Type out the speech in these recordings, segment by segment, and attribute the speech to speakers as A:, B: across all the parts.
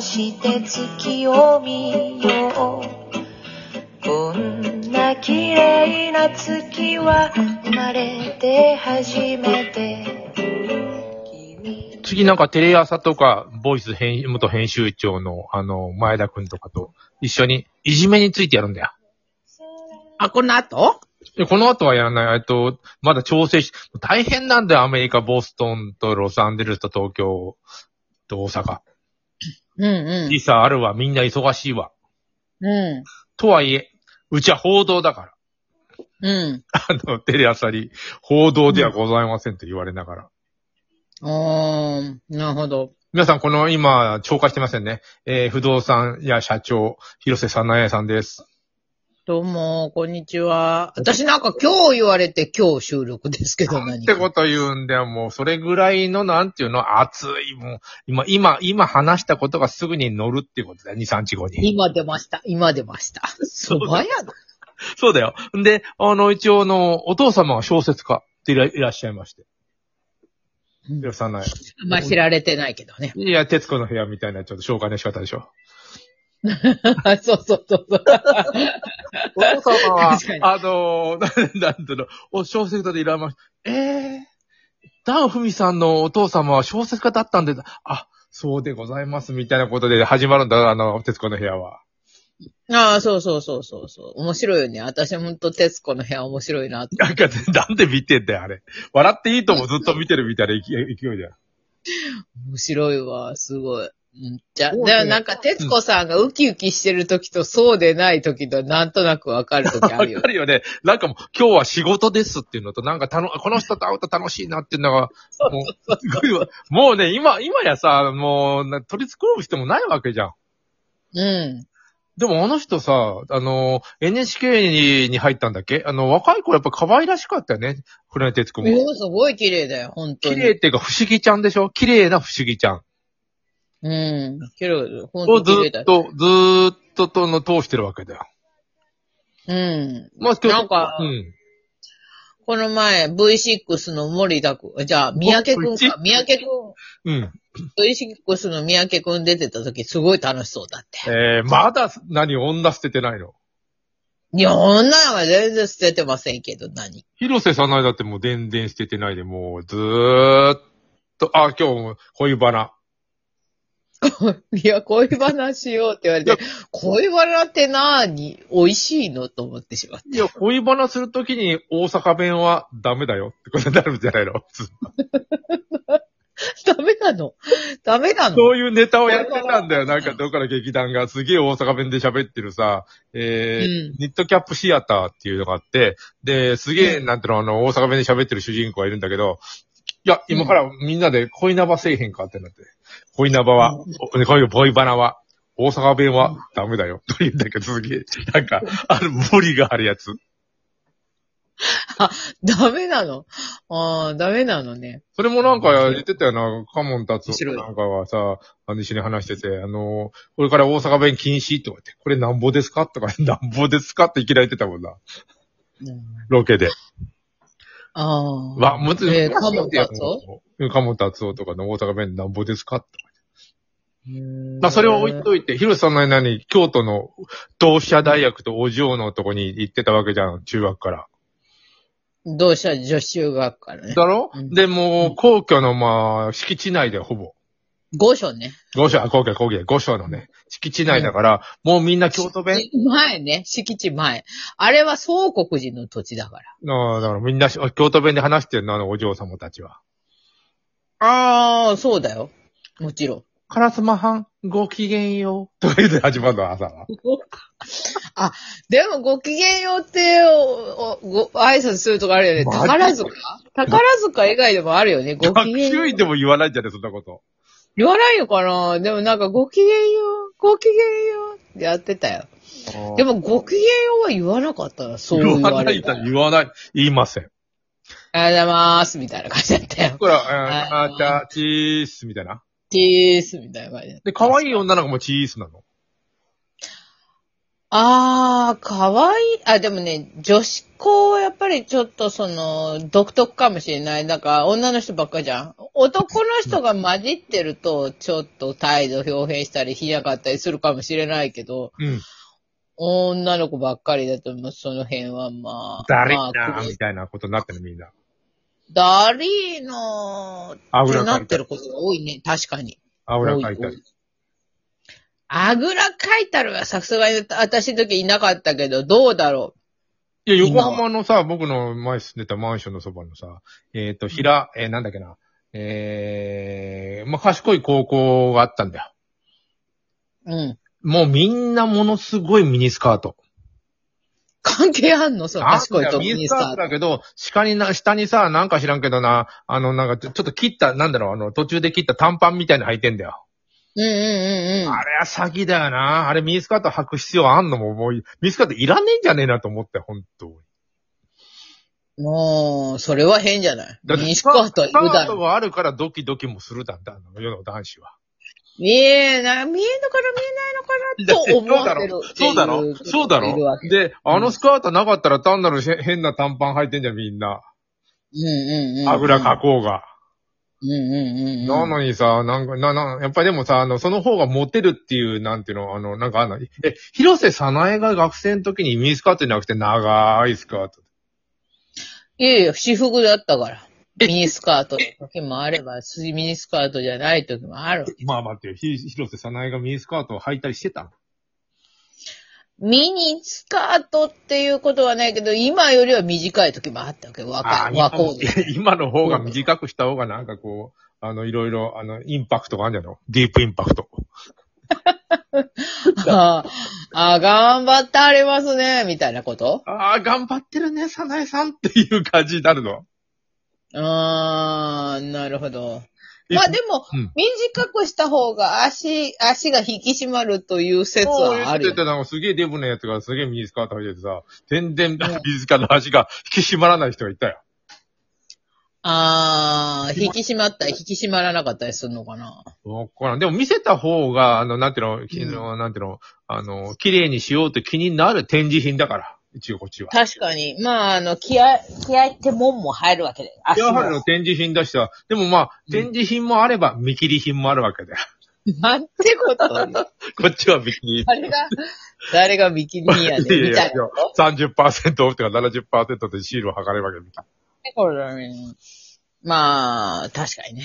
A: して月を見ようこんな綺麗な月は生まれて初めて君
B: 次なんかテレ朝とか、ボイス編元編集長の、あの、前田くんとかと一緒に、いじめについてやるんだよ。
C: あ、この後
B: でこの後はやらない。えっと、まだ調整し、大変なんだよ、アメリカ、ボストンとロサンゼルスと東京と大阪。
C: うんう
B: 時差あるわ、みんな忙しいわ。
C: ん。う
B: とはいえ、うちは報道だから。
C: ん。う
B: あの、テレ朝に、報道ではございませんと言われながら。
C: ん。おー、なるほど。
B: 皆さん、この今、超過してませんね。えー不動産や社長、広瀬さなえさんです。
C: どうも、こんにちは。私なんか今日言われて今日収録ですけど何
B: ってこと言うんだよ、もう、それぐらいの、なんていうの、熱い、もう、今、今、今話したことがすぐに乗るってことだよ、2、3日後に。
C: 今出ました。今出ました。そばやだ。
B: そうだよ。んで、あの、一応、あの、お父様は小説家でいらいらっしゃいまして。
C: うん
B: 広瀬さなえ。
C: あんま知られてないけどね。
B: いや、徹子の部屋みたいな、ちょっと紹介の仕方でしょ。
C: そうそうそうそう。
B: お父様は
C: 確か、に
B: あのー、なんなんていうの、お小説家でいらっしゃいました。えー、ダンフミさんのお父様は小説家だったんで、あ、そうでございます、みたいなことで始まるんだ、あの、徹子の部屋は。
C: ああ、そうそうそうそうそう。面白いよね。私ほんと、徹子の部屋面白いなって。
B: なんか、なんで見てんだよ、あれ。笑っていいともずっと見てるみたいな勢い勢いだよ。
C: 面白いわ、すごい。うんじゃ、
B: そうね
C: でもなんか、徹子さんがウキウキしてる時とそうでない時となんとなくわかる時あ
B: わか
C: るよ。
B: るよね。なんかもう、今日は仕事ですっていうのと、なんかたの、この人と会うと楽しいなっていうのが、もう、すごいわ。もうね、今、今やさ、もうな、取り繕う人もないわけじゃん。
C: うん。
B: でもあの人さ、あの、NHK にに入ったんだっけあの、若い頃やっぱ可愛らしかったよね。古谷哲子も。
C: もうすごい綺麗だよ、本当
B: 綺
C: に。
B: 麗っていうか不思議ちゃんでしょ綺麗な不思議ちゃん。
C: うん。綺麗、本
B: をず
C: 当に綺麗だ
B: っ。と、ずーっととの通してるわけだよ。
C: うん。
B: まあ、今
C: なんか
B: うん。
C: この前、V6 の森田くん、じゃあ、三宅くんか
B: V6。
C: 三宅く
B: うん。
C: ん、V6 の三宅くん出てた時すごい楽しそうだって。
B: えー、まだ何女捨ててないの
C: いや、女は全然捨ててませんけど、何
B: 広瀬さないだってもう全然捨ててないで、もうずーっと、あ、今日も恋バナ。
C: いや、恋バナしようって言われ
B: いや
C: て、恋バナってなーに美味しいのと思ってしまっ
B: い
C: た。
B: や、恋バナするときに大阪弁はダメだよってことになるんじゃないの
C: ダメなのダメなの
B: そういうネタをやってたんだよ。なんか、どっから劇団がすげえ大阪弁で喋ってるさ、えー
C: うん
B: ニットキャップシアターっていうのがあって、で、すげえ、なんていうの、あの、大阪弁で喋ってる主人公がいるんだけど、いや、今からみんなで恋ナバせえへんかってなって、恋ナバは、
C: う
B: おこういう恋バナは、大阪弁はダメだよ。と言うんだけど、すげえ、なんか、ある無理があるやつ。
C: ダメなのああ、ダメなのね。
B: それもなんか言ってたよな、カモン達
C: 面
B: 夫
C: 白い
B: なんかはさ、あの一緒に話してて、あの、これから大阪弁禁止とか言って、これなんぼですかとか、 なんぼですかっていきなり言ってたもんな、
C: うん、
B: ロケで。
C: ああ。
B: わ、むつ、
C: えーカモン達
B: 夫カモン達夫とかの大阪弁なんぼですかとか。
C: うん
B: まあ、それを置いといて、広瀬さんの間に京都の同志社大学とお嬢のとこに行ってたわけじゃん、中学から。
C: 同志社女子中学からね。
B: だろ、
C: うん
B: で、もう、皇居の、まあ、敷地内でほぼ。
C: 五所ね。
B: 五所、あ、皇居、皇居、五所のね、敷地内だから、もうみんな京都弁
C: 前ね。敷地前。あれは総国人の土地だから。
B: ああ、だからみんなし、京都弁で話してるの、あのお嬢様たちは。
C: ああ、そうだよ。もちろん。
B: カラスマはん、ごきげんよう。とか言って始まるの、朝は。
C: でも、ご機嫌ようって、お、お、ご、挨拶するとかあるよね。
B: マジ
C: 宝塚宝塚以外でもあるよね。ご機
B: 学
C: 嫌よ
B: 習
C: う
B: 院でも言わないじゃね、そんなこと。
C: 言わないのかなでもなんか、ご機嫌よう、ご機嫌ようってやってたよ。でも、ご機嫌ようは言わなかったな。そう
B: 言
C: 言
B: わ
C: わ
B: な
C: れ
B: い
C: たら。あり
B: 言わない、言いません。
C: がとうございます、みたいな感じだったよ。
B: これは、
C: あ
B: あ
C: ー
B: ーちゃ、チース、みたいな。
C: チース、みたいな感じだった。
B: で、可愛い女の子もチースなの。
C: あまあ、可愛い。あ、でもね、女子校はやっぱりちょっとその、独特かもしれない。なんか、女の人ばっかじゃん。男の人が混じってると、ちょっと態度表変したり、ひやかったりするかもしれないけど、
B: うん。
C: 女の子ばっかりだと、もうその辺はまあ。
B: 誰
C: まあ
B: だ
C: く
B: みたいなことになってるみんな。
C: ダリーの
B: あぐ
C: と
B: ら
C: な
B: か
C: っ
B: い
C: て
B: た
C: る
B: り。
C: ことが多いね、確かに。
B: あぐらかいた
C: 多い
B: り
C: 多。あぐらかいたるはさすがに私の時いなかったけど、どうだろ
B: いや、
C: 今
B: 横浜のさ、僕の前住んでたマンションのそばのさ、えっ、と、平、えーなんだっけな、えー、まあ、賢い高校があったんだよ。
C: う。うん。
B: もうみんなものすごいミニスカート。
C: 関係あんのそう、賢いと
B: ミ
C: ミ
B: ニ
C: ニ
B: ス
C: ス
B: カー
C: カ
B: ト
C: ート。
B: だけど、下にな、下にさ、なんか知らんけどな、あの、なんかちょちょっと切った、なんだろう、あの、途中で切った短パンみたいなの履いてんだよ。
C: うんうんうんうん
B: あ。れは詐欺だよな。あれミニスカート履く必要あんのも、もう、ミニスカートいらねえんじゃねえなと思って、本当に。
C: もう、それは変じゃない
B: だって
C: ミニスカートはい
B: ス
C: る
B: カ
C: だ
B: ート
C: ろ。
B: があるからドキドキもするだんだ、あの世の男子は。
C: 見えない、見えんのかな見えないのかなと思ってる。
B: そうだろそうだ
C: ってい
B: ろ
C: う人がいるわけ
B: で、あのスカートなかったら単なるへ変な短パン履いてんじゃん、みんな。
C: うんうんうん。
B: あぐらかこうが。
C: うんうんうん。
B: なのにさ、なんか、な、な、やっぱりでもさ、あの、その方がモテるっていう、なんていうの、あの、なんかあんのえ、広瀬さなえが学生の時にミニスカートじゃなくて長いスカート。
C: いやいや、私服だったから。
B: え
C: ミニスカートの時もあれば、ミニスカートじゃない時もある。
B: まあ待ってよ、ひ広瀬さなえがミニスカートを履いたりしてたの
C: ミニスカートっていうことはないけど、今よりは短い時もあったわけど、若
B: あ
C: い、
B: 今
C: 若
B: の
C: い時。
B: 今の方が短くした方がなんかこう、あの、いろいろ、あの、インパクトがあるんじゃないのディープインパクト。
C: ああ、頑張ってありますね、みたいなこと
B: ああ、頑張ってるね、さなえさんっていう感じになるの。
C: あー、なるほど。まあでも、
B: うん
C: 短くした方が足、足が引き締まるという説
B: そう言
C: は
B: っ
C: ある
B: て
C: よ
B: たなんかすげえデブなやつがすげえミニスカート履いててさ、全然ミ
C: ん
B: ニスカートの足が引き締まらない人がいたよ。
C: あー、引き締まったり、引き締まらなかったりするのかな。
B: わからん。でも見せた方が、あの、なんていうの、きのなんていうの、あの、綺麗にしようって気になる展示品だから、一応こっちは。
C: 確かに。まあ、あの、気合、気合ってもんも入るわけで。足
B: ヤ
C: も
B: ハルの展示品出したら、でもまあ、展示品もあれば、見切り品もあるわけ だよ。
C: なんてことよ
B: こっちは見切り。
C: 誰が、誰がビキニやねん、み
B: いやい
C: た
B: や
C: いなこと
B: 30%オフとか70%でシールを剥がれるわけだ。
C: これうんまあ、確かにね。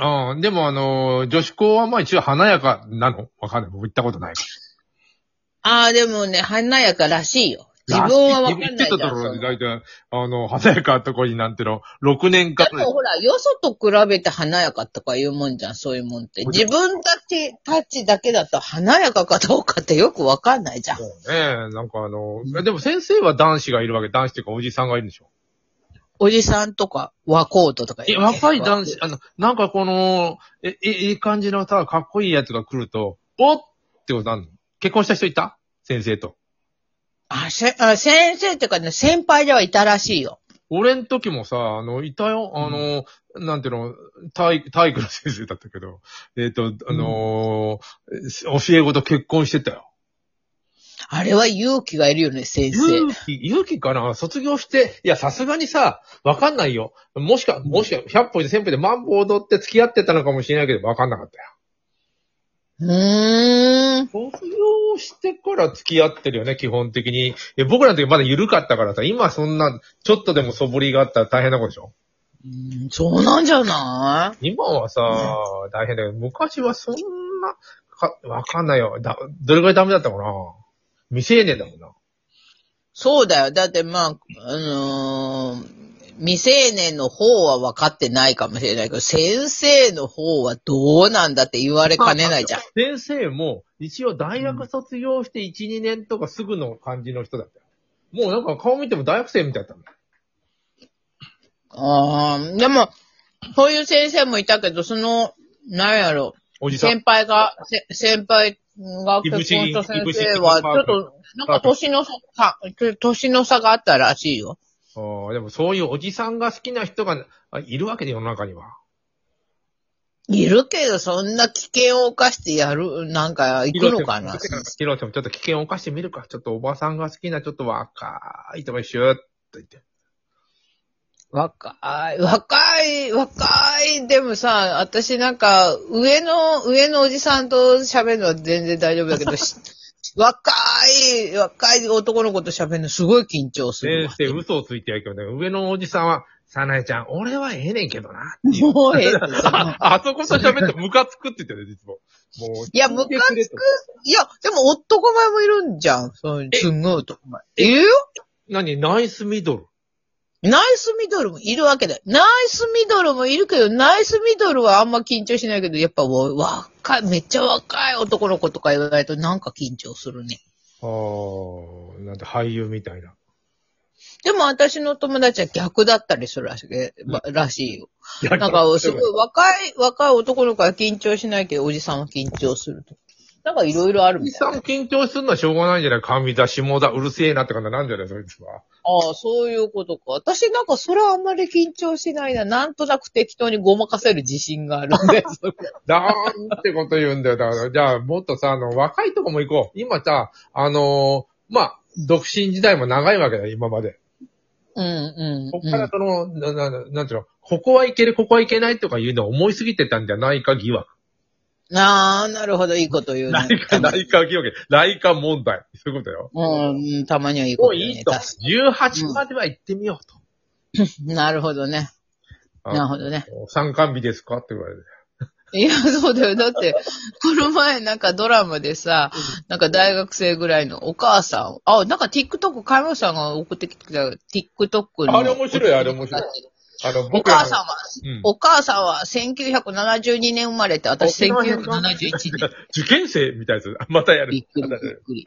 B: うん、でもあのー、女子校はまあ一応華やかなのわかんない。僕行ったことないか
C: ああ、でもね、華やからしいよ。
B: ら。
C: 自分はわかんないじゃん。
B: 行ってたところで
C: その
B: 大体、あの、華やかなところになんていうの、6年間
C: だってほら、よそと比べて華やかとか言うもんじゃん、そういうもんって。自分たち、たちだけだと華やかかどうかってよくわかんないじゃん。
B: ねえ、なんかあの、でも先生は男子がいるわけ、男子っていうかおじさんがいるんでしょ。
C: おじさんとか、和コートとか
B: え、
C: 言う
B: 若い男子、あの、なんかこの、え、えいい感じのさ、かっこいいやつが来ると、おっってことあんの結婚した人いた先生と。
C: あ、せ、あ先生っていうかね、先輩ではいたらしいよ。
B: 俺ん時もさ、あの、いたよ、あの、なんていうの、体育、体育の先生だったけど、えっ、と、あのー教え子と結婚してたよ。
C: あれは勇気がいるよね、先生。
B: 勇気、勇気かな卒業して、いや、さすがにさ、わかんないよ。もしか、もしか、100歩で1000歩で万歩踊って付き合ってたのかもしれないけど、わかんなかったよ。
C: うーん。
B: 卒業してから付き合ってるよね、基本的に。え僕らの時まだ緩かったからさ、今そんな、ちょっとでも素振りがあったら大変なことでしょ
C: うんそうなんじゃな
B: 今はさ、大変だけど、昔はそんな、か、わかんないよ。だ、どれくらいダメだったかな未成年だもんな。
C: いそうだよ。だってまあ、あのー未成年の方は分かってないかもしれないけど、先生の方はどうなんだって言われかねないじゃん。
B: 先生も、一応大学卒業して1、2年とかすぐの感じの人だったよ。もうなんか顔見ても大学生みたいだったもん。
C: あーでも、そういう先生もいたけど、その、なんやろ、
B: おじさん
C: 先。輩が、せ先輩が結婚した先生は、
B: いぶし銀いぶし銀
C: ちょっと、なんか年の差、さ年の差があったらしいよ。
B: あーでもそういうおじさんが好きな人があいるわけで世の中には。
C: いるけど、そんな危険を犯してやる、なんか行くのかな。
B: 広瀬もちょっと危険を犯してみるか。ちょっとおばさんが好きな、ちょっと若いとこにシューッと言って。
C: 若い、若い、若い。でもさ、私なんか、上の、上のおじさんと喋るのは全然大丈夫だけど、し若い、若い男の子と喋るのすごい緊張する
B: 先
C: わ。
B: 生、嘘をついてやるけどね、上のおじさんは、さなえちゃん、俺はええねんけどな。
C: もうええってその
B: あ、あそこと喋ってムカつくって言ってるね、いつも。もう。
C: いや、ムカつく。いや、でも男前もいるんじゃん。そういうすんごい男前。いるよ
B: 何ナイスミドル。
C: ナイスミドルもいるわけだよ。ナイスミドルもいるけど、ナイスミドルはあんま緊張しないけど、やっぱわ若い、めっちゃ若い男の子とか言わないとなんか緊張するね。
B: あー、なんて俳優みたいな。
C: でも私の友達は逆だったりするらしい,、らしいよ。
B: な
C: なんか、すごい若い、若い男の子は緊張しないけど、おじさんは緊張すると。なんかいろいろある
B: おじ
C: みた
B: さ
C: い
B: ん
C: な。
B: 緊張するのはしょうがないんじゃない神田、下田、うるせえなって感じなんじゃないそいつは。
C: ああ、そういうことか。私なんかそれはあんまり緊張しないな。なんとなく適当にごまかせる自信がある んで。それ
B: なんてこと言うんだよ。だから、じゃあ、もっとさ、あの、若いとこも行こう。今さ、あのーまあ、独身時代も長いわけだよ、今まで。
C: うんうん、
B: こ
C: う
B: っ
C: ん。
B: からその、な、な、なんていうの、ここはいける、ここはいけないとかいうのを思いすぎてたんじゃないか疑惑。
C: ああ、なるほど、いいこと言うね。
B: 内 科、内科疑惑。内科問題。そういうことよ。
C: うん、たまにはいい
B: も
C: こと
B: う
C: 言う
B: い
C: ね
B: いと。
C: 確か
B: 18までは行ってみようと。
C: になるほどね。
B: あ
C: なるほどね。
B: 参観日ですかって言われて。
C: いや、そうだよ。だって、この前なんかドラマでさ、なんか大学生ぐらいのお母さんを、あ、なんか TikTok、カイモさんが送ってきてくれた TikTok の。
B: あれ面白いあれ面白い。あの、
C: お
B: 僕ら
C: 母
B: の
C: さんは、
B: うん
C: お母さんは1972年生まれて、私
B: 沖縄
C: 1971年。
B: 受験生みたいです。あまたやる。
C: びっくり
B: またやる
C: びっくり。